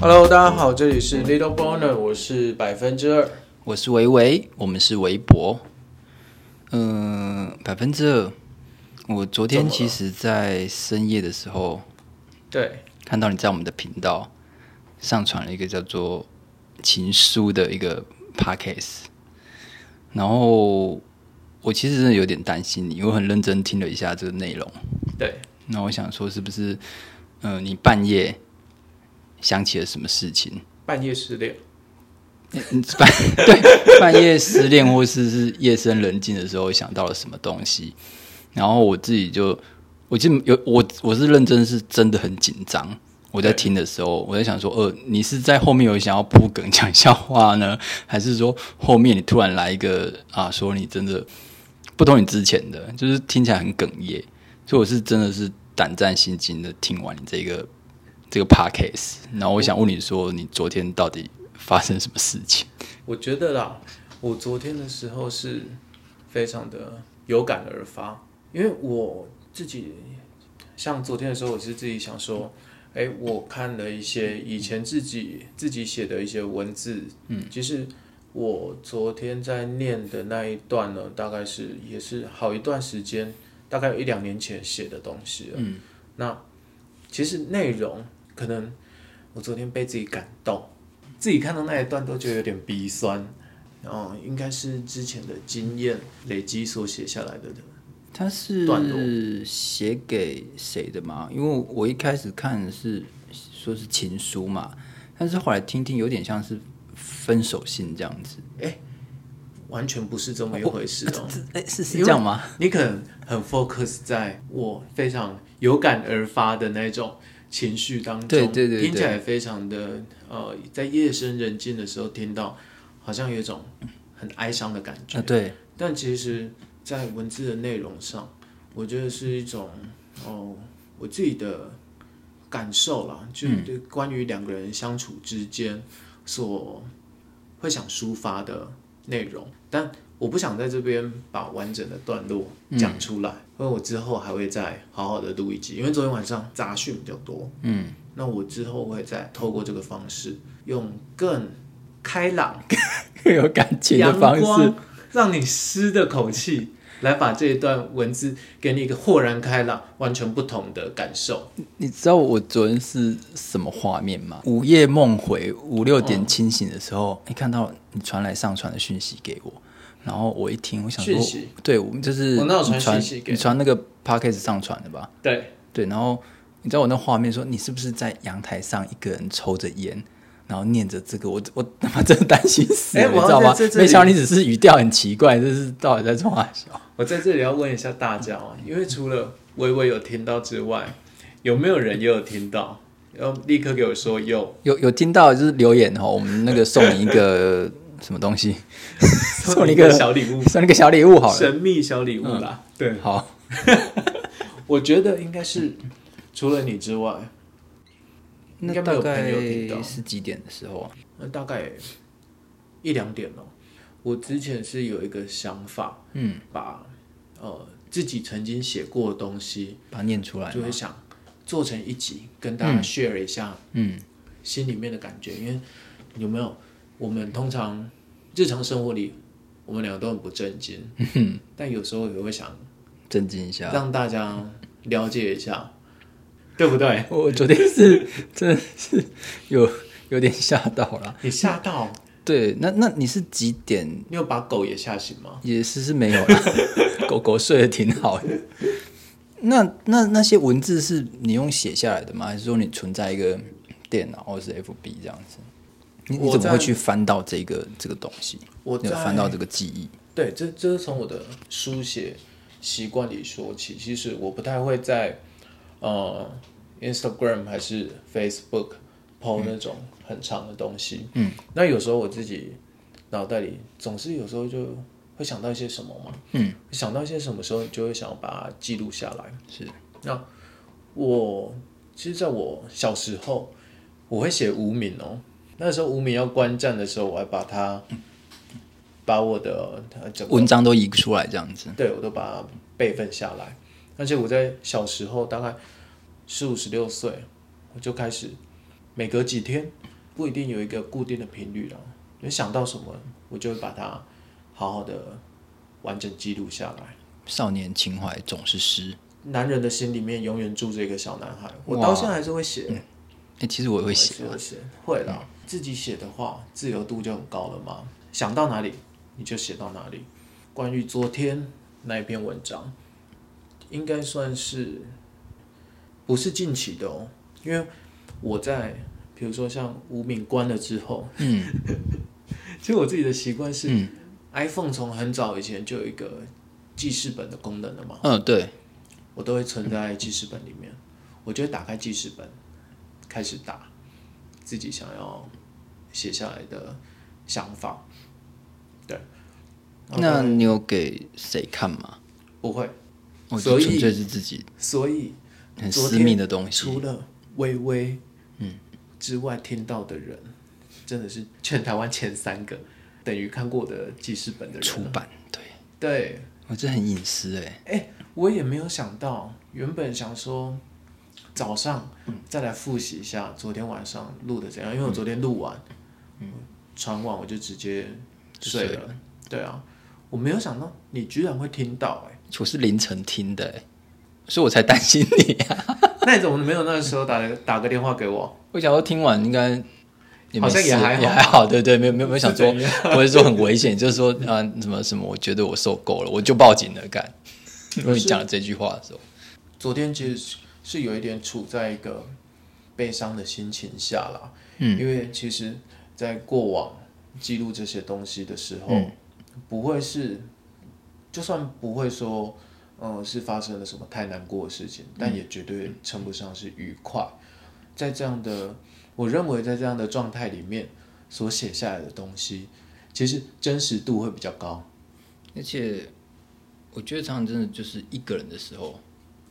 Hello，大家好，这里是 Little Boner，我是百分之二。我是维维，我们是微博。嗯、百分之二。我昨怎天么了其实，在深夜的时候对，看到你在我们的频道上传了一个叫做《情书》的一个 podcast，然后我其实真的有点担心你，我很认真听了一下这个内容。对，那我想说，是不是，呃，你半夜想起了什么事情？半夜失恋，嗯半 对半夜失恋，或是是夜深人静的时候想到了什么东西，然后我自己就，我就有我我是认真是真的很紧张。我在对听的时候，我在想说，呃，你是在后面有想要铺梗讲笑话呢，还是说后面你突然来一个啊，说你真的不懂你之前的，就是听起来很哽咽，所以我是真的是胆战心惊的听完你这个这个 podcast，然后我想问你说，你昨天到底发生什么事情？我觉得啦，我昨天的时候是非常的有感而发，因为我自己像昨天的时候，我是自己想说，哎，我看了一些以前自己自己写的一些文字，嗯，其实我昨天在念的那一段呢，大概是也是好一段时间，大概有一两年前写的东西了，嗯，那其实内容可能我昨天被自己感动。自己看到那一段都觉得有点鼻酸，然后应该是之前的经验累积所写下来的。他段是写给谁的吗？因为我一开始看是说是情书嘛，但是后来听听有点像是分手信这样子，完全不是这么一回事哦、 这哎是因是为这样吗？你可能很 focus 在我非常有感而发的那种情绪当中，对对对对听起来非常的呃，在夜深人静的时候听到，好像有一种很哀伤的感觉。啊，对，但其实，在文字的内容上，我觉得是一种哦，我自己的感受啦，就是对关于两个人相处之间所会想抒发的内容，但我不想在这边把完整的段落讲出来，因为我之后还会再好好的录一集，因为昨天晚上杂讯比较多，嗯，那我之后会再透过这个方式，用更开朗。 有感情的方阳式光，让你湿的口气来把这一段文字给你一个豁然开朗、完全不同的感受。你知道我昨天是什么画面吗？午夜梦回，五六点清醒的时候，你、看到你传来上传的讯息给我，然后我一听，我想说讯息，对，我们就是我哪有你传传讯息给你传那个 p a c k a g e 上传的吧？对，对，然后你知道我那画面说，你是不是在阳台上一个人抽着烟？然后念着这个，我我他妈真的担心死了，哎我你要知道吗在这？这里没想到你只是语调很奇怪，这是到底在冲啥笑？我在这里要问一下大家哦，因为除了微微有听到之外，有没有人也有听到？要立刻给我说有，有有听到就是留言哈，我们那个送你一个什么东西，送你一个小礼物，送你个小礼物好嗯了。神秘小礼物啦。对， 好，我觉得应该是除了你之外，应那该没大有朋友听概到。是几点的时候啊？那大概一两点了。我之前是有一个想法，嗯，把呃自己曾经写过的东西，把它念出来就嘛。会想做成一集，跟大家 share 一下嗯，心里面的感觉。因为有没有我们通常日常生活里，我们两个都很不正经，嗯但有时候也会想震惊一下。让大家了解一下，对不对？ 我我昨天是真的是有有点吓到了。你吓到，对，那那你是几点？你有把狗也吓醒吗？也是是没有 啦，狗狗睡得挺好的。那那那些文字是你用写下来的吗？还是说你存在一个电脑或是 FB 这样子？你你我怎么在会去翻到这个这个东西？我你有在翻到这个记忆？对，这这是从我的书写习惯里说起。其实我不太会在呃 Instagram 还是 Facebook PO 那种很长的东西。嗯，那有时候我自己脑袋里总是有时候就会想到一些什么嘛。嗯，想到一些什么时候，你就会想要把它记录下来。是，那我其实在我小时候，我会写无名哦。那时候无名要观战的时候，我还把它把我的呃整个文章都移出来这样子。对我都把它备份下来。而且我在小时候，大概十五、十六岁，我就开始每隔几天，不一定有一个固定的频率了。就想到什么，我就会把它好好的完整记录下来。少年情怀总是诗。男人的心里面永远住着一个小男孩，我哇到现在还是会写，哎、其实我也会我还写，是会写，会啦。自己写的话，自由度就很高了嘛，想到哪里你就写到哪里。关于昨天那一篇文章，应该算是不是近期的哦，因为我在比如说像无名关了之后，嗯， 其实我自己的习惯是、iPhone 嗯从很早以前就有一个记事本的功能了嘛。嗯，对，我都会存在记事本里面。我就会打开记事本，开始打自己想要写下来的想法。对，嗯那你有给谁看吗？不会。我所就以纯粹是自己所以很昨私天密的东西。除了微微嗯之外，听到的人真的是全台湾前三个，等于看过我的记事本的人。啊出版，对，对，我这很隐私哎、哎、我也没有想到，原本想说早上再来复习一下昨天晚上录的怎样，因为我昨天录完，嗯传完我就直接嗯就睡睡了。对啊，我没有想到你居然会听到、啊我是凌晨听的、欸，所以我才担心你、哎， 那你怎么没有那时候打打个电话给 我？我想说听完应该也没好像也事还好也还好，对对，没有没有没有想说是，不是说很危险，就是说啊什么什么，我觉得我受够了，我就报警了， 干。如果你讲了这句话的时候，昨天其实是是有一点处在一个悲伤的心情下啦，嗯，因为其实，在过往记录这些东西的时候，不会是，就算不会说，嗯、是发生了什么太难过的事情，但也绝对称不上是愉快。在这样的，我认为在这样的状态里面所写下来的东西，其实真实度会比较高。而且我觉得常常真的就是一个人的时候，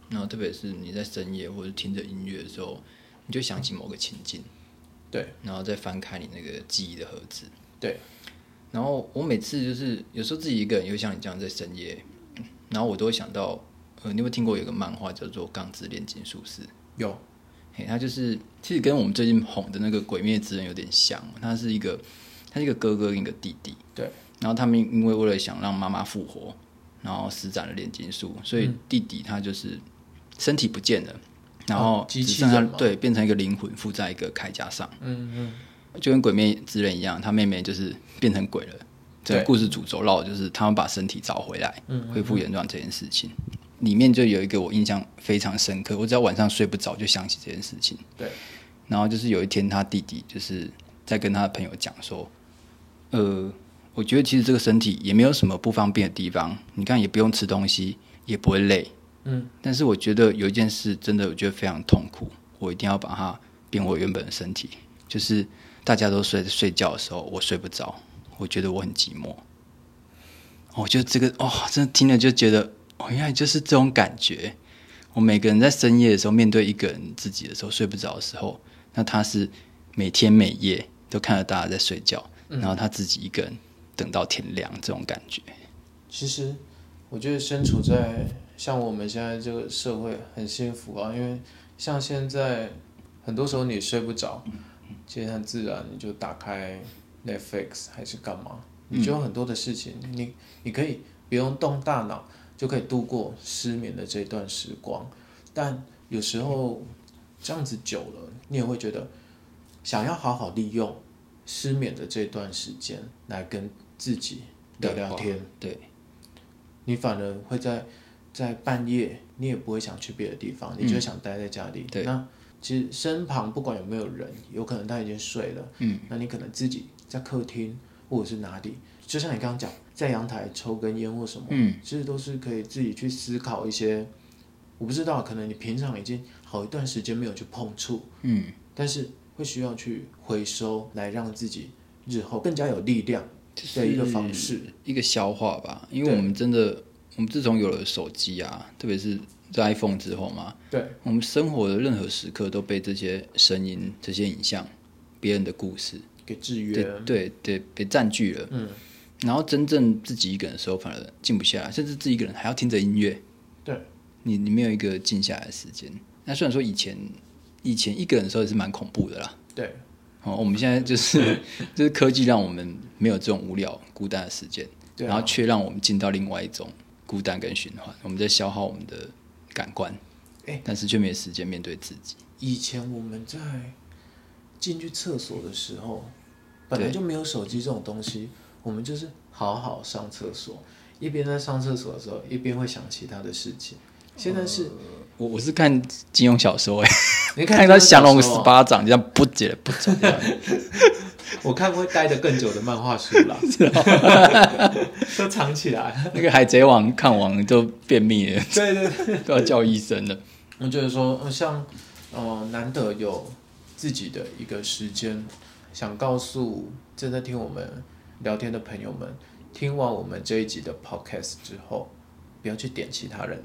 然后特别是你在深夜或者听着音乐的时候，你就想起某个情境，对，然后再翻开你那个记忆的盒子。对，然后我每次就是有时候自己一个人，又像你这样在深夜，然后我都会想到，呃，你有没有听过有个漫画叫做《钢之炼金术师》？有，嘿，它就是其实跟我们最近红的那个《鬼灭之刃》有点像，它是一个，它是一个哥哥跟一个弟弟，对，然后他们因为为了想让妈妈复活，然后施展了炼金术，所以弟弟他就是身体不见了，然后嗯哦机器只剩下人吗对变成一个灵魂附在一个铠甲上，嗯嗯，就跟《鬼灭之刃》一样，他妹妹就是变成鬼了。整个对嗯故事主轴绕的就是他们把身体找回来，恢复原状这件事情。里面就有一个我印象非常深刻，我只要晚上睡不着就想起这件事情。对，然后就是有一天，他弟弟就是在跟他的朋友讲说，呃，我觉得其实这个身体也没有什么不方便的地方，你看也不用吃东西，也不会累，嗯，但是我觉得有一件事真的我觉得非常痛苦，我一定要把它变回原本的身体，就是大家都睡睡觉的时候，我睡不着，我觉得我很寂寞。哦我觉得这个哦，真的听了就觉得，哦，原来就是这种感觉。我每个人在深夜的时候，面对一个人自己的时候，睡不着的时候，那他是每天每夜都看着大家在睡觉，然后他自己一个人等到天亮，这种感觉。其实我觉得身处在像我们现在这个社会很幸福啊，因为像现在很多时候你睡不着，其实很自然你就打开 Netflix 还是干嘛，你就有很多的事情，你你可以不用动大脑就可以度过失眠的这段时光，但有时候这样子久了，你也会觉得想要好好利用失眠的这段时间来跟自己聊聊天。对，你反而会在在半夜，你也不会想去别的地方，你就想待在家里。对那其实身旁不管有没有人，有可能他已经睡了，嗯，那你可能自己在客厅或者是哪里，就像你刚刚讲，在阳台抽根烟或什么，嗯，其实都是可以自己去思考一些，我不知道，可能你平常已经好一段时间没有去碰触，嗯，但是会需要去回收，来让自己日后更加有力量的一个方式。，一个消化吧。因为我们真的，我们自从有了手机啊，特别是在 iPhone 之后嘛，对，我们生活的任何时刻都被这些声音、这些影像、别人的故事，给制约对，对对，被占据了。嗯，然后真正自己一个人的时候，反而静不下来，甚至自己一个人还要听着音乐。对，你你没有一个静下来的时间。那虽然说以前以前一个人的时候也是蛮恐怖的啦。对，哦，我们现在就是 就是科技让我们没有这种无聊孤单的时间，对啊然后却让我们进到另外一种孤单跟循环。我们在消耗我们的感官，哎但是却没有时间面对自己。以前我们在进去厕所的时候，本来就没有手机这种东西，我们就是好好上厕所，一边在上厕所的时候，一边会想其他的事情。现在是，我我是看金庸小说、欸，你 看看到到降龙十，八掌这样不解不走这样，我看会待得更久的漫画书啦， 都藏起来。 那个海贼王看完都便秘了， 对对对，都要叫医生了。我觉得说，呃像呃，难得有自己的一个时间，想告诉正在听我们聊天的朋友们，听完我们这一集的 podcast 之后，不要去点其他人。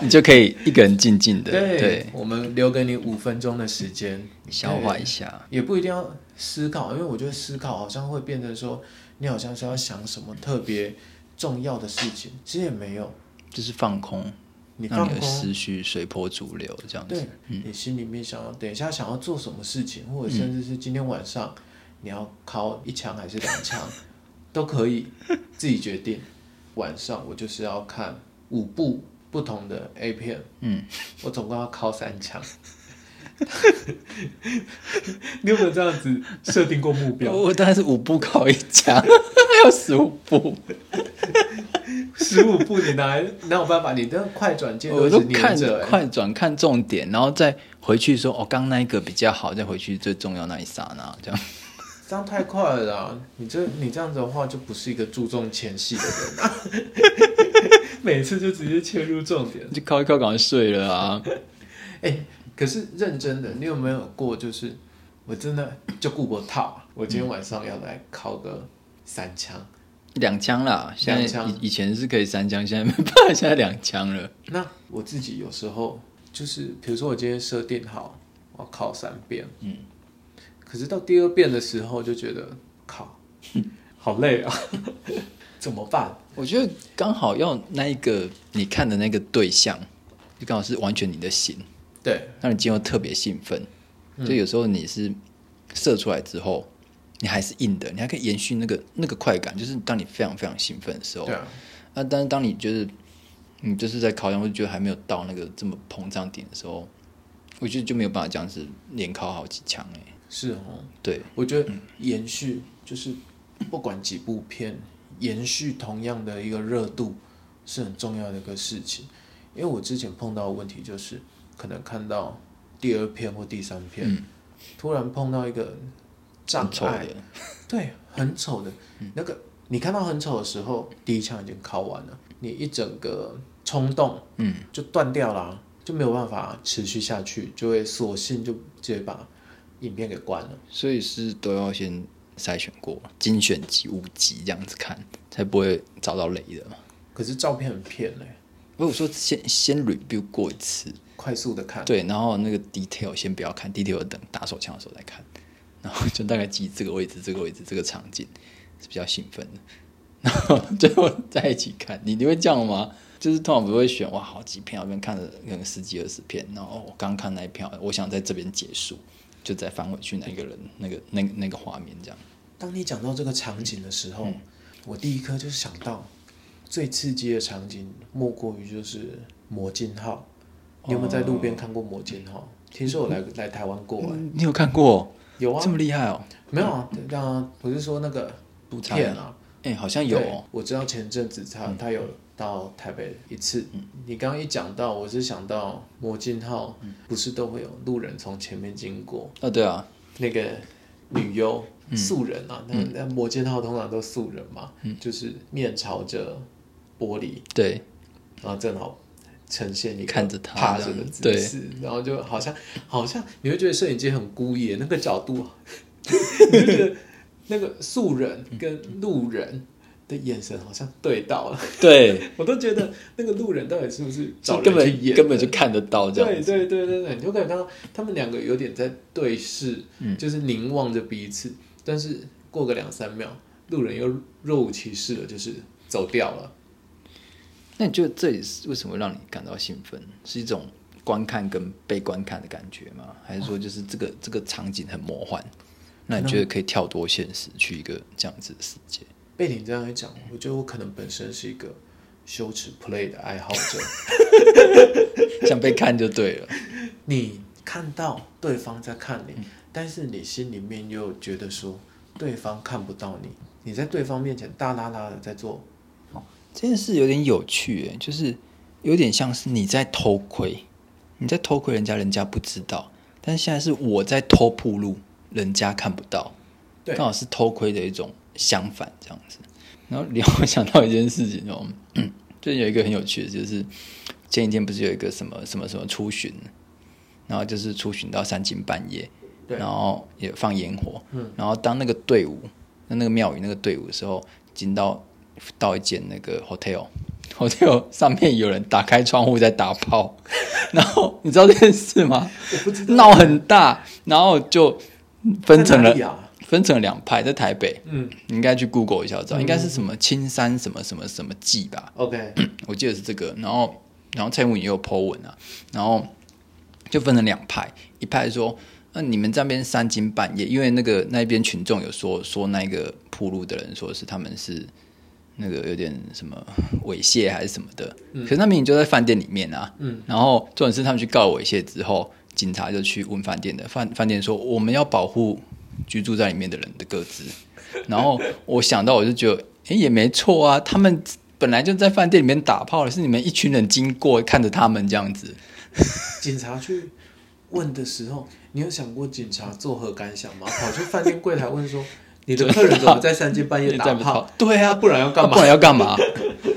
你就可以一个人静静的，对，我们留给你五分钟的时间消化一下。也不一定要思考，因为我觉得思考好像会变成说，你好像是要想什么特别重要的事情，其实也没有，就是放空，你让放你的空。思绪随波逐流，这样子嗯对。，你心里面想要等一下想要做什么事情，或者甚至是今天晚上你要敲一枪还是两枪，都可以自己决定。晚上我就是要看五部不同的 A 片，嗯，我总共要敲三枪。 你有没有这样子设定过 目标？我当然是五步考一枪， 还有十五步，十五步你拿来哪有办法？你的快转键我是都粘看着、欸，快转看重点，然后再回去说哦，刚那一个比较好，再回去最重要那一刹那，这样。这样太快了啦！你这你这样子的话，就不是一个注重前戏的人 啦、每次就直接切入重点。就靠一靠，赶快睡了啊！哎、可是认真的，你有没有过就是我真的就顾不套，我今天晚上要来考个三枪。两枪啦，现两在枪以以前是可以三枪，现在没办法，现在两枪了。那我自己有时候就是，比如说我今天设定好我要考三遍，嗯，可是到第二遍的时候就觉得考 好累啊， 怎么办？我觉得刚好要那一个你看的那个对象，就刚好是完全你的心，对，让你今后特别兴奋。嗯就有时候你是射出来之后，你还是硬的，你还可以延续那个那个快感，就是当你非常非常兴奋的时候。对啊。那、但是当你就是你就是在考量，我就觉得还没有到那个这么膨胀点的时候，我觉得就没有办法这样子连考好几枪哎、是哦，对，我觉得延续就是不管几部片，延续同样的一个热度是很重要的一个事情。因为我之前碰到的问题就是，可能看到第二篇或第三篇，突然碰到一个障嗯很丑碍的，，对，很丑的、那个。你看到很丑的时候，第一枪已经敲完了，你一整个冲动，嗯，就断掉了啊、就没有办法持续下去，就会索性就直接把影片给关了。所以是都要先筛选过，精选集五集这样子看，才不会找到雷的嘛。可是照片很骗嘞、不是我说先先 review 过一次，快速的看，对，然后那个 detail 先不要看，detail 等打手枪的时候再看，然后就大概记这个位置、这个位置、这个场景是比较兴奋的，然后最后在一起看。你你会这样吗？就是通常不会选哇好几片，我这边看了可能十几二十片，然后哦我刚看那一片，我想在这边结束，就再翻回去那个人那个那个那个画面这样。当你讲到这个场景的时候，嗯我第一刻就想到最刺激的场景，莫过于就是魔镜哦号。你有没有在路边看过魔镜号？听说我来来台湾过、欸，嗯你有看过？有啊这，么厉害哦！没有啊？那、我是说那个不差片啊，哎、好像有、嗯对哦。我知道前阵子他他有到台北一次。嗯你刚刚一讲到，我是想到魔镜号，嗯不是都会有路人从前面经过，啊，对啊，那个女优嗯素人啊，那那魔剑号通常都素人嘛，就是面朝着玻璃，对，然后正好呈现一个看着她趴着这的样姿势，然后就好像好像你会觉得摄影机很孤野，那个 角度啊，你就觉得那个素人跟路人的眼神好像对到嗯了， 对，我都觉得那个路人到底是不是找就人根去本演根本的就看得到这对样子，对对对对，你就可以看到他们两个有点在对视，嗯就是凝望着彼此，但是过个两三秒，路人又若无其事的，就是走掉了。那你觉得这里是为什么让你感到兴奋？是一种观看跟被观看的感觉吗？还是说就是这个这个场景很魔幻？那你觉得可以跳脱现实，去一个这样子的世界？ 被你这样一讲，我觉得我可能本身是一个羞耻 play 的爱好者。 想被看就对了。你看到对方在看嗯你，但是你心里面又觉得说对方看不到你，你在对方面前大拉拉的在做，这件事有点有趣耶，就是有点像是你在偷窥，你在偷窥人家，人家不知道。但是现在是我在偷铺路，人家看不到，对刚好是偷窥的一种相反这样子。然后让我想到一件事情哦， 嗯最近有一个很有趣的，就是前几天不是有一个什么什么什么出巡，然后就是出巡到三更半夜，对嗯然后也放烟火，然后当那个队伍，那那个庙宇那个队伍的时候，进到到一间那个 hotel。hotel 上面有人打开窗户在打炮， 然后你知道这件事吗？我不知道闹很大，然后就分在成了哪里啊，分成了两派，在台北，嗯你应该去 Google 一下，知道应该是什么青山什么什么什么记吧， ，OK，我记得是这个。然后，然后蔡英文也有 Po 文啊，然后就分成两派，一派说，那、你们这边三更半夜，因为那个那边群众有说说那个铺路的人说是他们是那个有点什么猥亵还是什么的，可是那明明就在饭店里面啊。嗯然后重点是他们去告了猥亵之后，警察就去问饭店的，饭饭店说我们要保护居住在里面的人的各自。然后我想到我就觉得，哎、也没错啊，他们本来就在饭店里面打炮了，是你们一群人经过看着他们这样子， 警察去问的时候，你有想过警察作何感想吗？跑去饭店柜台问 说：“你的客人怎么在三更半夜打在炮？”，对对啊，啊，不然要干啊嘛不？然要干嘛？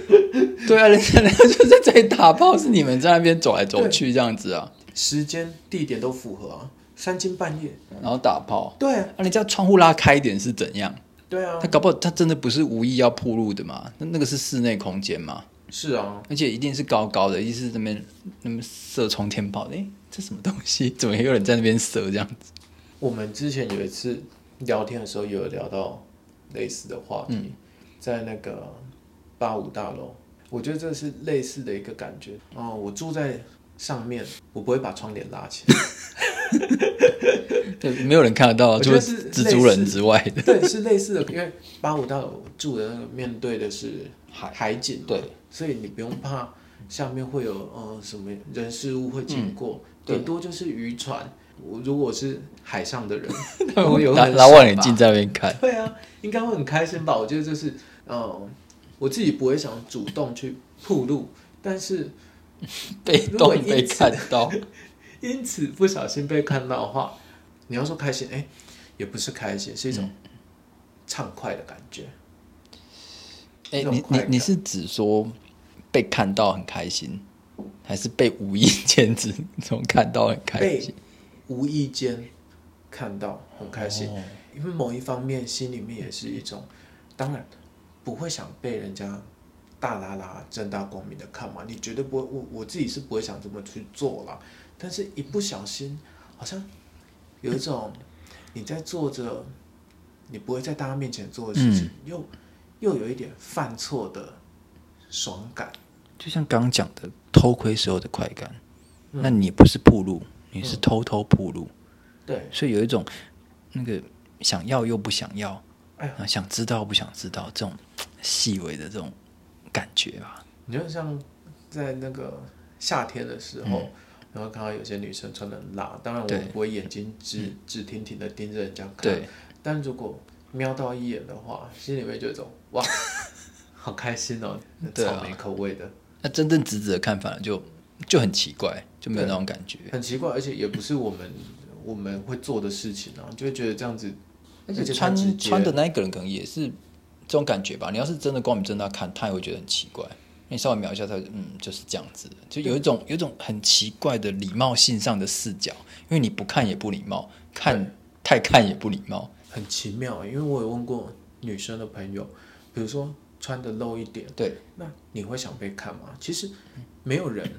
对啊，人家人家就在这里打炮，是你们在那边走来走去这样子啊，时间、地点都符合啊，三更半夜。然后打炮。对啊，啊，人家窗户拉开一点是怎样？对啊他，搞不好他真的不是无意要铺路的嘛？那那个是室内空间嘛？是啊，而且一定是高高的，一定是那边那边射冲天炮的。哎，这什么东西？ 怎么有人在那边射这样子？我们之前有一次聊天的时候，有聊到类似的话题，嗯在那个八五大楼，我觉得这是类似的一个感觉。哦，我住在上面，我不会把窗帘拉起来。 对，没有人看得到，我觉除了得是蜘蛛人 之外的。对，是类似的，因为八五大楼住的那个面对的是海海景嘛，对，所以你不用怕下面会有呃什么人事物会经过，嗯对，顶多就是渔船。我如果是海上的人我有拿很拿望远吧镜在那边看， 对啊，应该会很开心吧？我觉得就是，嗯、我自己不会想主动去铺路，但是被 如果动被一直看到。 因此不小心被看到的话，你要说开心，哎、也不是开心，是一种嗯畅快的感觉。哎、这种你快你感你是指说被看到很开心，还是被无意间之中看到很开被心？无意间看到，很开心。哦因为某一方面心里面也是一种，当然不会想被人家大拉拉、正大光明的看嘛，你绝对不会，我我自己是不会想这么去做啦。但是，一不小心，好像有一种你在做着你不会在大家面前做的事情，又又有一点犯错的爽感。就像刚刚讲的，偷窥时候的快感，嗯那你不是铺路，你是偷偷铺路，对，所以有一种那个想要又不想要，哎啊，想知道不想知道这种细微的这种感觉啊吧。你就像在那个夏天的时候，然后看到有些女生穿的很辣，当然嗯对嗯我不会眼睛直直挺挺的盯着人家看，对，但如果瞄到一眼的话，心里面就有一种哇， 好开心哦，那对啊草莓口味的，那真正直直的看，反而就就很奇怪，就没有那种感觉。很奇怪，而且也不是我们我们会做的事情啊，就会觉得这样子，而且它穿直接穿的那一个人可能也是这种感觉吧。你要是真的光明正大看，他也会觉得很奇怪。你稍微瞄一下，他就嗯就是这样子，就有一种有一种很奇怪的礼貌性上的视角，因为你不看也不礼貌，看哦太看也不礼貌。很奇妙，因为我有问过女生的朋友，比如说穿的露一点，对，那你会想被看吗？其实没有人，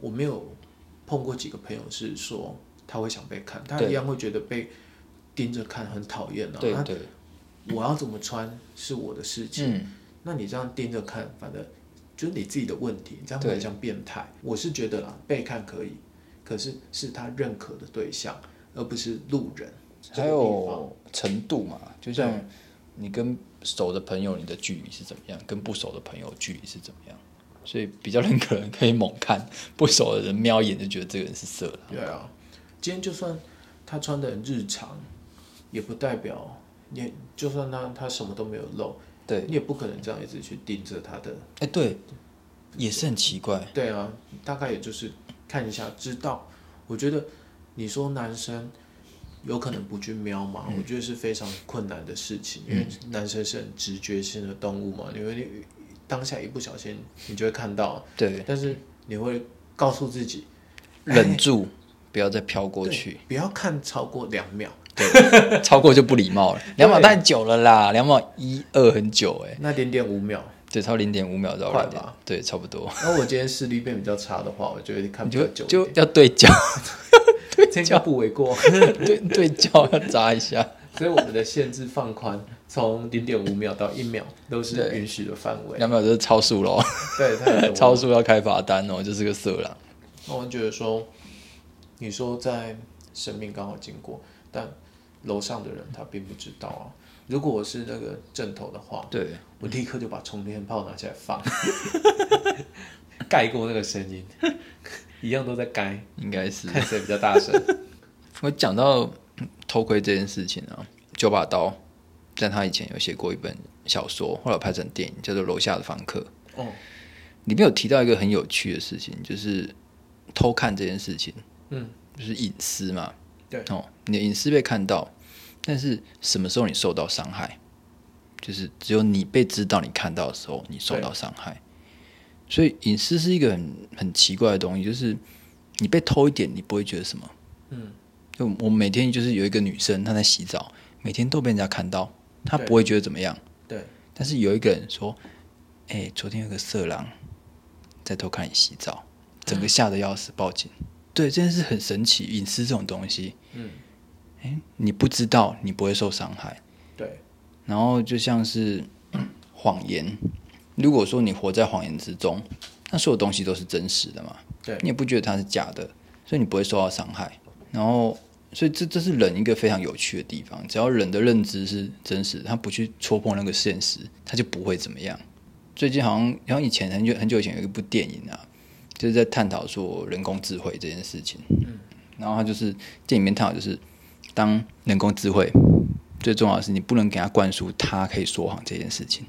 我没有碰过几个朋友是说他会想被看，他对一样会觉得被盯着看很讨厌啊。对那对，我要怎么穿是我的事情，嗯，那你这样盯着看，反正就是你自己的问题，你这样对会像变态。我是觉得啦，被看可以，可是是他认可的对象，而不是路人。这还个地方有程度嘛，就像你跟熟的朋友你的距离是怎么样，跟不熟的朋友距离是怎么样，所以比较 人可能可以猛看，不熟的人瞄一眼就觉得这个人是色狼，对啊，今天就算他穿的很日常，也不代表你，就算他他什么都没有露，对，你也不可能这样一直去盯着他的。哎、对，也是很奇怪，对啊，大概也就是看一下，知道。我觉得你说男生有可能不去瞄嘛，嗯我觉得是非常困难的事情，因为男生是很直觉性的动物嘛，因为你当下一不小心你就会看到，对，但是你会告诉自己忍住，不要再飘过对去，不要看超过两秒，超过就不礼貌了，两秒太久了啦，两秒一二很久哎、那点点五秒。对，超零点五秒到快零点吧，对，差不多， 那我今天视力变比较差的话，我觉得看你比较久就一就点，要对焦， 这应该不为过。对对焦要扎一下，所以我们的限制放宽，从零点五秒到一秒都是允许的范围。 两秒就是超速喽。对，他有超速要开罚单哦，就是个色狼。那我觉得说，你说在生命刚好经过，但楼上的人他并不知道啊。如果我是那个正头的话，对，我立刻就把冲天炮拿起来放， 盖过那个声音， 一样都在盖，应该是。看谁比较大声。我讲到嗯偷窥这件事情啊，九把刀，在他以前有写过一本小说，后来拍成电影，叫做《楼下的房客》。哦，里面有提到一个很有趣的事情，就是偷看这件事情，嗯，就是隐私嘛。对，哦，你的隐私被看到，但是什么时候你受到伤害？就是只有你被知道、你看到的时候，你受到伤害。所以隐私是一个很很奇怪的东西，就是你被偷一点，你不会觉得什么。嗯，就我每天就是有一个女生，她在洗澡，每天都被人家看到，她对不会觉得怎么样。对，但是有一个人说：“哎、昨天有个色狼在偷看你洗澡，整个吓得要死，报警。”嗯对，这件事很神奇，隐私这种东西，嗯，哎、你不知道，你不会受伤害。对，然后就像是 嗯谎言，如果说你活在谎言之中，那所有东西都是真实的嘛，对你也不觉得它是假的，所以你不会受到伤害。然后，所以这这是人一个非常有趣的地方，只要人的认知是真实的，他不去戳破那个现实，他就不会怎么样。最近好像，好像以前很久很久以前有一部电影啊，就是在探讨说人工智慧这件事情。嗯，然后他就是电影里面探讨就是，当人工智慧最重要的是，你不能给他灌输他可以说谎这件事情。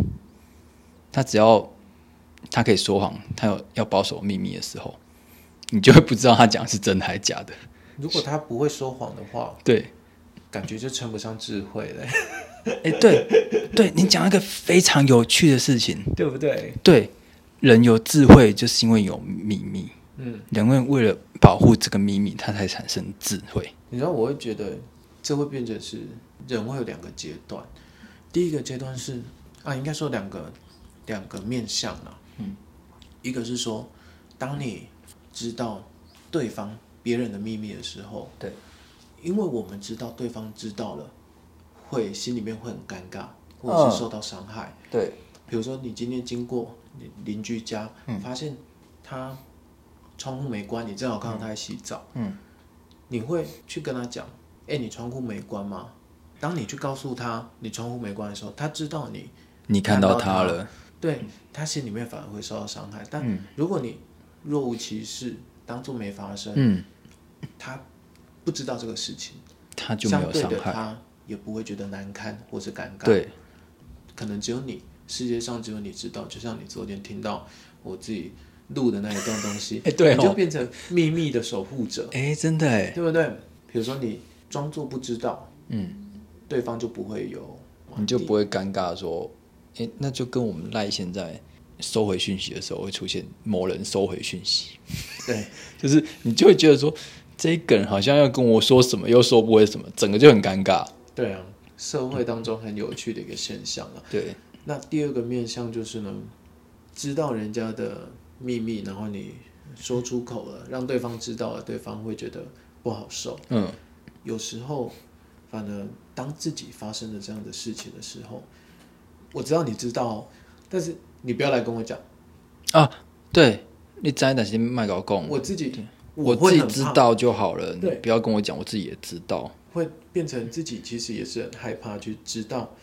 他只要他可以说谎，他有要保守秘密的时候，你就会不知道他讲的是真的还是假的。如果他不会说谎的话，对，感觉就称不上智慧了，哎，对，对你讲一个非常有趣的事情，对不对？对，人有智慧就是因为有秘密，嗯，人会为了保护这个秘密，他才产生智慧。你知道，我会觉得这会变成是人会有两个阶段，第一个阶段是啊，应该说两个两个面向啊，嗯，一个是说，当你知道对方别人的秘密的时候，对，因为我们知道对方知道了，会心里面会很尴尬，或者是受到伤害。对，比如说你今天经过邻邻居家，嗯发现他窗户没关，你正好看到他在洗澡，嗯，你会去跟他讲，哎、你窗户没关吗？当你去告诉他你窗户没关的时候，他知道你，你看到他了，对嗯他心里面反而会受到伤害。但如果你若无其事，当做没发生，嗯，他不知道这个事情，他就没相有对伤的害。他也不会觉得难堪或是尴尬。对，，可能只有你，世界上只有你知道。就像你昨天听到我自己录的那一段东西 哎对哦你就变成秘密的守护者，哎，真的哎，对不对？比如说你装作不知道，嗯，对方就不会有，你就不会尴尬说，哎，那就跟我们赖现在收回讯息的时候会出现某人收回讯息。对 就是你就会觉得说，这一个人好像要跟我说什么，又说不会什么，整个就很尴尬。对啊，社会当中很有趣的一个现象啊。对，那第二个面向就是呢，知道人家的秘密，然后你说出口了，让对方知道了，对方会觉得不好受。嗯，有时候，反而当自己发生了这样的事情的时候，我知道你知道哦，但是你不要来跟我讲，对，你知但是卖搞讲，我自己我自会己很知怕，道就好了，你对不要跟我讲，我自己也知道。会变成自己其实也是很害怕去知道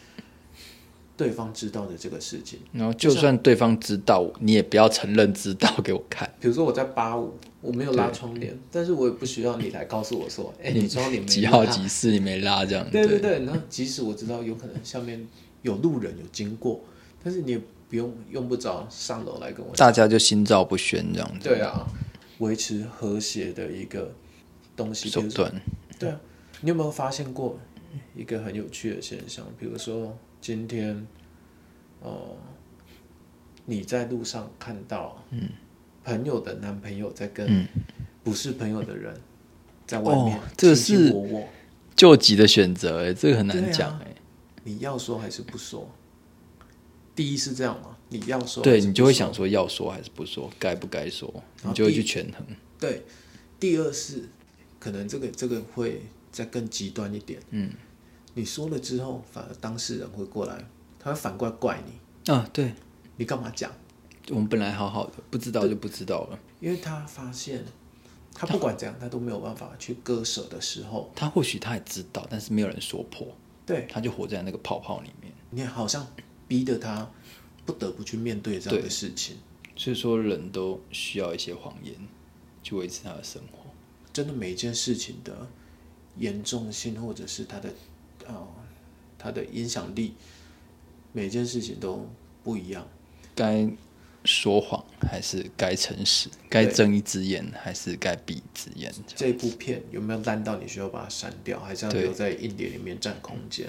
对方知道的这个事情。然后就算对方知道，你也不要承认知道给我看。比如说我在八五，我没有拉窗帘，但是我也不需要你来告诉我说，哎、你窗帘没几拉号几室你没拉这样，对对对，然后即使我知道有可能下面有路人有经过，但是你也不用用不着上楼来跟我。大家就心照不宣这样子。对啊，维持和谐的一个东西。比手如段，对啊，你有没有发现过一个很有趣的现象？比如说今天，呃，你在路上看到，嗯，朋友的男朋友在嗯跟不是朋友的人在外面哦这个卿卿是我我，救急的选择，哎，这个很对啊难讲，哎，你要说还是不说？第一是这样嘛，你要说，对你就会想说要说还是不说，该不该说，然后你就会去权衡。对，第二是可能这个这个会再更极端一点。嗯，你说了之后，反而当事人会过来，他会反过来怪你，啊，对，你干嘛讲？我们本来好好的，不知道就不知道了。因为他发现，他不管怎样，他都没有办法去割舍的时候，他或许他也知道，但是没有人说破，哦对他就活在那个泡泡里面。你好像逼得他不得不去面对这样的对事情，所以说，人都需要一些谎言去维持他的生活。真的每一件事情的严重性，或者是它的呃它的影响力，每件事情都不一样。该说谎还是该诚实？该睁一只眼还是该闭一只眼？这部片有没有烂到你需要把它删掉，还是要对留在硬碟里面占空间？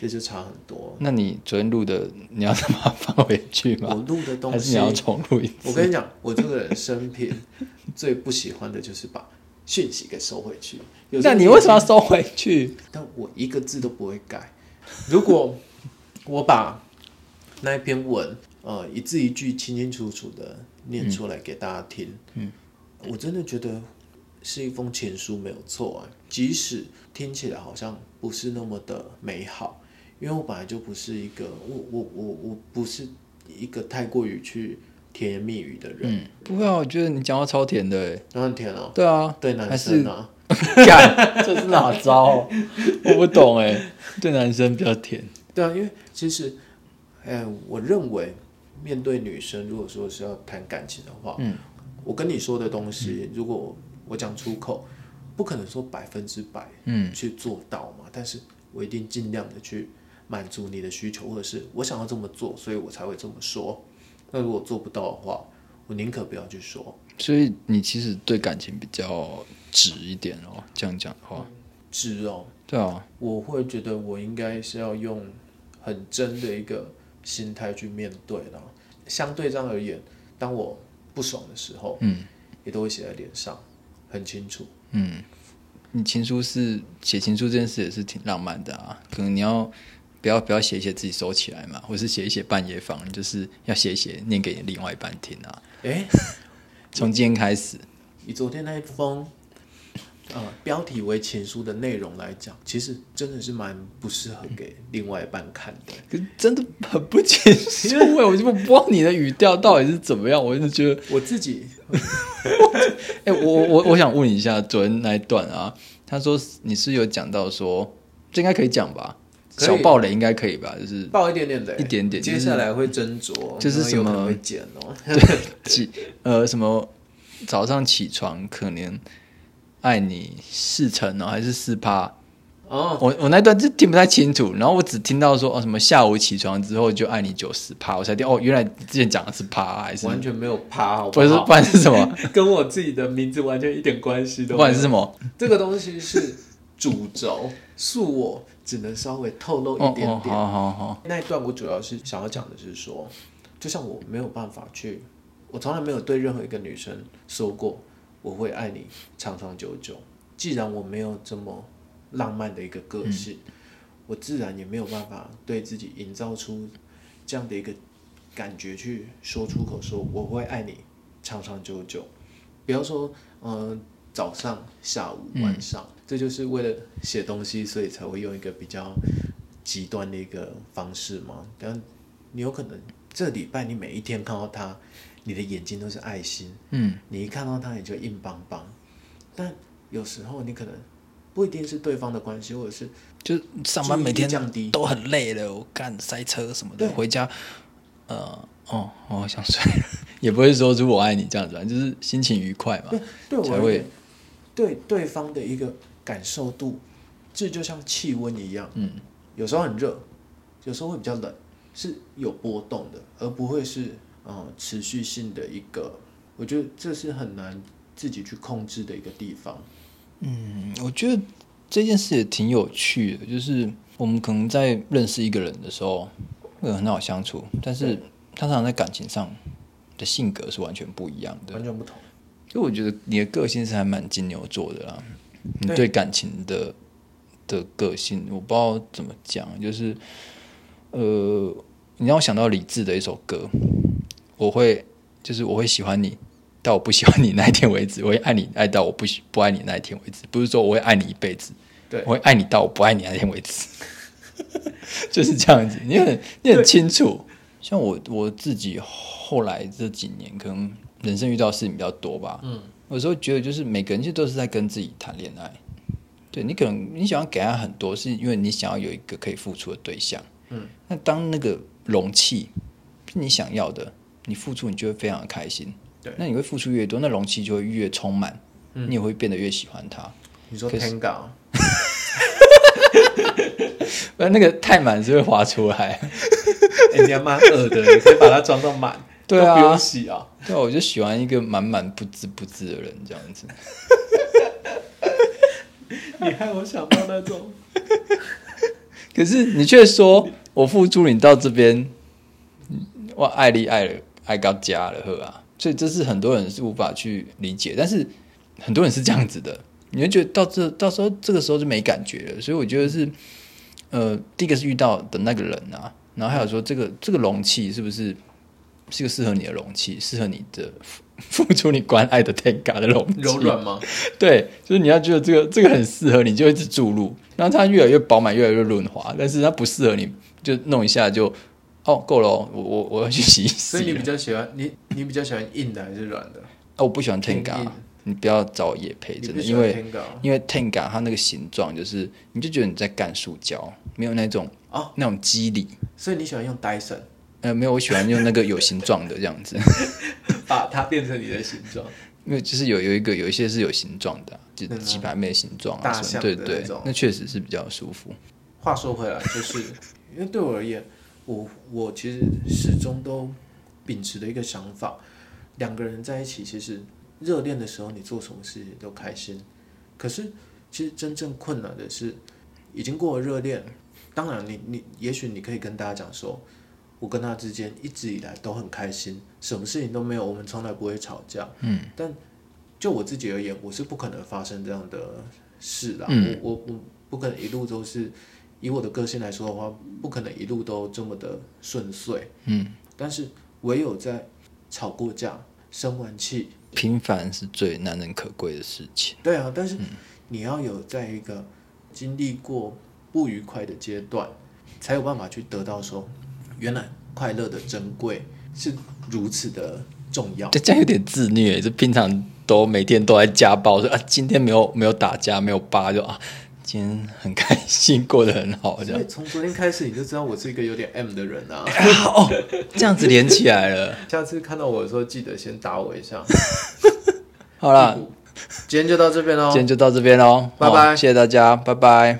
这就差很多。那你昨天录的，你要再把它放回去我吗？录的东还是西你，要重录一我次？跟你讲，我这个人生平 最不喜欢的就是把讯息给收回去。有时那候你为什么要收回去？但我一个字都不会改。如果我把那一篇文，呃，一字一句清清楚楚的念出来给大家听，嗯，我真的觉得是一封情书没有错啊，即使听起来好像不是那么的美好，因为我本来就不是一个，我我我我不是一个太过于去甜言蜜语的人，嗯，不会啊，我觉得你讲话超甜的欸。然后很甜哦，对啊，对还男是生啊， 干，这是哪招、我不懂哎、对男生比较甜，对啊，因为其实，哎，我认为面对女生，如果说是要谈感情的话，嗯，我跟你说的东西，如果我讲出口，不可能说百分之百，嗯，去做到嘛，但是我一定尽量的去满足你的需求，或者是我想要这么做，所以我才会这么说。那如果做不到的话，我宁可不要去说。所以你其实对感情比较直一点哦。这样讲的话，只哦，对啊，我会觉得我应该是要用很真的一个心态去面对啦。相对这样而言，当我不爽的时候，嗯，也都会写在脸上，很清楚。你情书是写情书这件事也是挺浪漫的啊。可能你要不要不要写一写自己收起来嘛，或是写一写半夜房，你就是要写一写念给你另外一半听啊。诶，从今天开始，以昨天那一封，呃，标题为情书的内容来讲，其实真的是蛮不适合给另外一半看的。可是真的很不情 书哎、我就不不知道你的语调到底是怎么样，我就觉得。我自己哎、我我我我想问一下昨天那一段啊，他说你是有讲到说，这应该可以讲吧？可以小暴雷应该可以吧？就是爆一点点的，一点点接下来会斟酌，就是然后有可能什么会剪哦。起呃什么早上起床可能爱你四成哦，还是四趴？哦，我我那段就听不太清楚，然后我只听到说哦什么下午起床之后就爱你九十趴，我才听哦原来你之前讲的是趴还是完全没有趴，好不是好？不然是 什么？跟我自己的名字完全一点关系都不没然是有。什么？ 这个东西是主轴，恕我只能稍微透露哦一哦点点。好好好，那一段我主要是想要讲的是说，就像我没有办法去，我从来没有对任何一个女生说过我会爱你长长久久。既然我没有这么浪漫的一个个性，我自然也没有办法对自己营造出这样的一个感觉去说出口说，我会爱你长长久久。不要说嗯、呃早上、下午、晚上，这就是为了写东西，所以才会用一个比较极端的一个方式嘛。但你有可能这礼拜你每一天看到他，你的眼睛都是爱心，嗯，你一看到他你就硬邦邦。但有时候你可能不一定是对方的关系，或者是就上班每天注意力降低都很累了，我干塞车什么的，对回家，呃，哦，我好想睡了。 也不会说出我爱你这样子啊，就是心情愉快嘛。对我才而会言，对对方的一个感受度，这就像气温一样，嗯，有时候很热，有时候会比较冷，是有波动的，而不会是呃持续性的一个。我觉得这是很难自己去控制的一个地方。嗯，我觉得这件事也挺有趣的，就是我们可能在认识一个人的时候，会很好相处，但是他常常在感情上的性格是完全不一样的。完全不同。就我觉得你的个性是还蛮金牛座的啦，你对对感情的的个性，我不知道怎么讲，就是呃，你让我想到李志的一首歌，我会就是我会喜欢你，到我不喜欢你那一天为止，我会爱你爱到我不喜不爱你那一天为止，不是说我会爱你一辈子，对我会爱你到我不爱你那一天为止， 就是这样子，你很你很清楚。像我我自己后来这几年，可能人生遇到的事情比较多吧。嗯，有时候觉得就是每个人其实都是在跟自己谈恋爱。对你可能你想要给他很多，是因为你想要有一个可以付出的对象。嗯，那当那个容器是你想要的，你付出你就会非常的开心。对那你会付出越多，那容器就会越充满，你也会变得越喜欢他。你说可是 Tenga，哦呃那那个太满是会滑出来。 哎、你还蛮恶的，你可以把它装到满， 对啊都不用洗 啊。对啊，我就喜欢一个满满不知不知的人这样子。你害我想到那种，可是你却说我付出你到这边，嗯我爱你爱了爱到家了呵啊，所以这是很多人是无法去理解，但是很多人是这样子的，你会觉得到这到时候这个时候就没感觉了，所以我觉得是，呃，第一个是遇到的那个人啊，然后还有说这个这个容器是不是是一个适合你的容器，适合你的付付出你关爱的 take 的容器，柔软吗？ 对，就是你要觉得这个这个很适合你，就一直注入，然后它越来越饱满，越来越润滑。但是它不适合你，就弄一下就哦够了哦、我我我要去洗一洗啊所了。以你比较喜欢你，你比较喜欢硬的还是软的？哦，我不喜欢偏硬 Tenga，你不要找我野配，你哎真不的，喜因欢为 Tenga 哦因为 Tenga 它那个形状就是，你就觉得你在干塑胶，没有那种哦那种肌理。所以你喜欢用 Dyson 呃，没有，我喜欢用那个有形状的这样子， 把它变成你的形状。因为就是有有一个有一些是有形状的啊、就真的几百妹的形状大啊什象么，对的对那种，那确实是比较舒服。话说回来，就是 因为对我而言，我我其实始终都秉持的一个想法，两个人在一起，其实热恋的时候你做什么事情都开心，可是其实真正困难的是，已经过了热恋，当然你你也许你可以跟大家讲说。我跟他之间一直以来都很开心，什么事情都没有，我们从来不会吵架。嗯，但就我自己而言，我是不可能发生这样的事啦。嗯我我我不可能一路都是以我的个性来说的话，不可能一路都这么的顺遂。嗯，但是唯有在吵过架、生完气，平凡是最难能可贵的事情。对啊，但嗯是你要有在一个经历过不愉快的阶段，才有办法去得到说，原来快乐的珍贵是如此的重要。这这样有点自虐，就平常都每天都在家暴，说啊今天没有没有打架，没有扒，就啊今天很开心，过得很好哦这所样以。从昨天开始，你就知道我是一个有点 M 的人啊。 哦，这样子连起来了。下次看到我的时候，记得先打我一下。好啦， 今天就到这边喽 今。天就到这边喽，拜拜好谢谢大家，拜拜。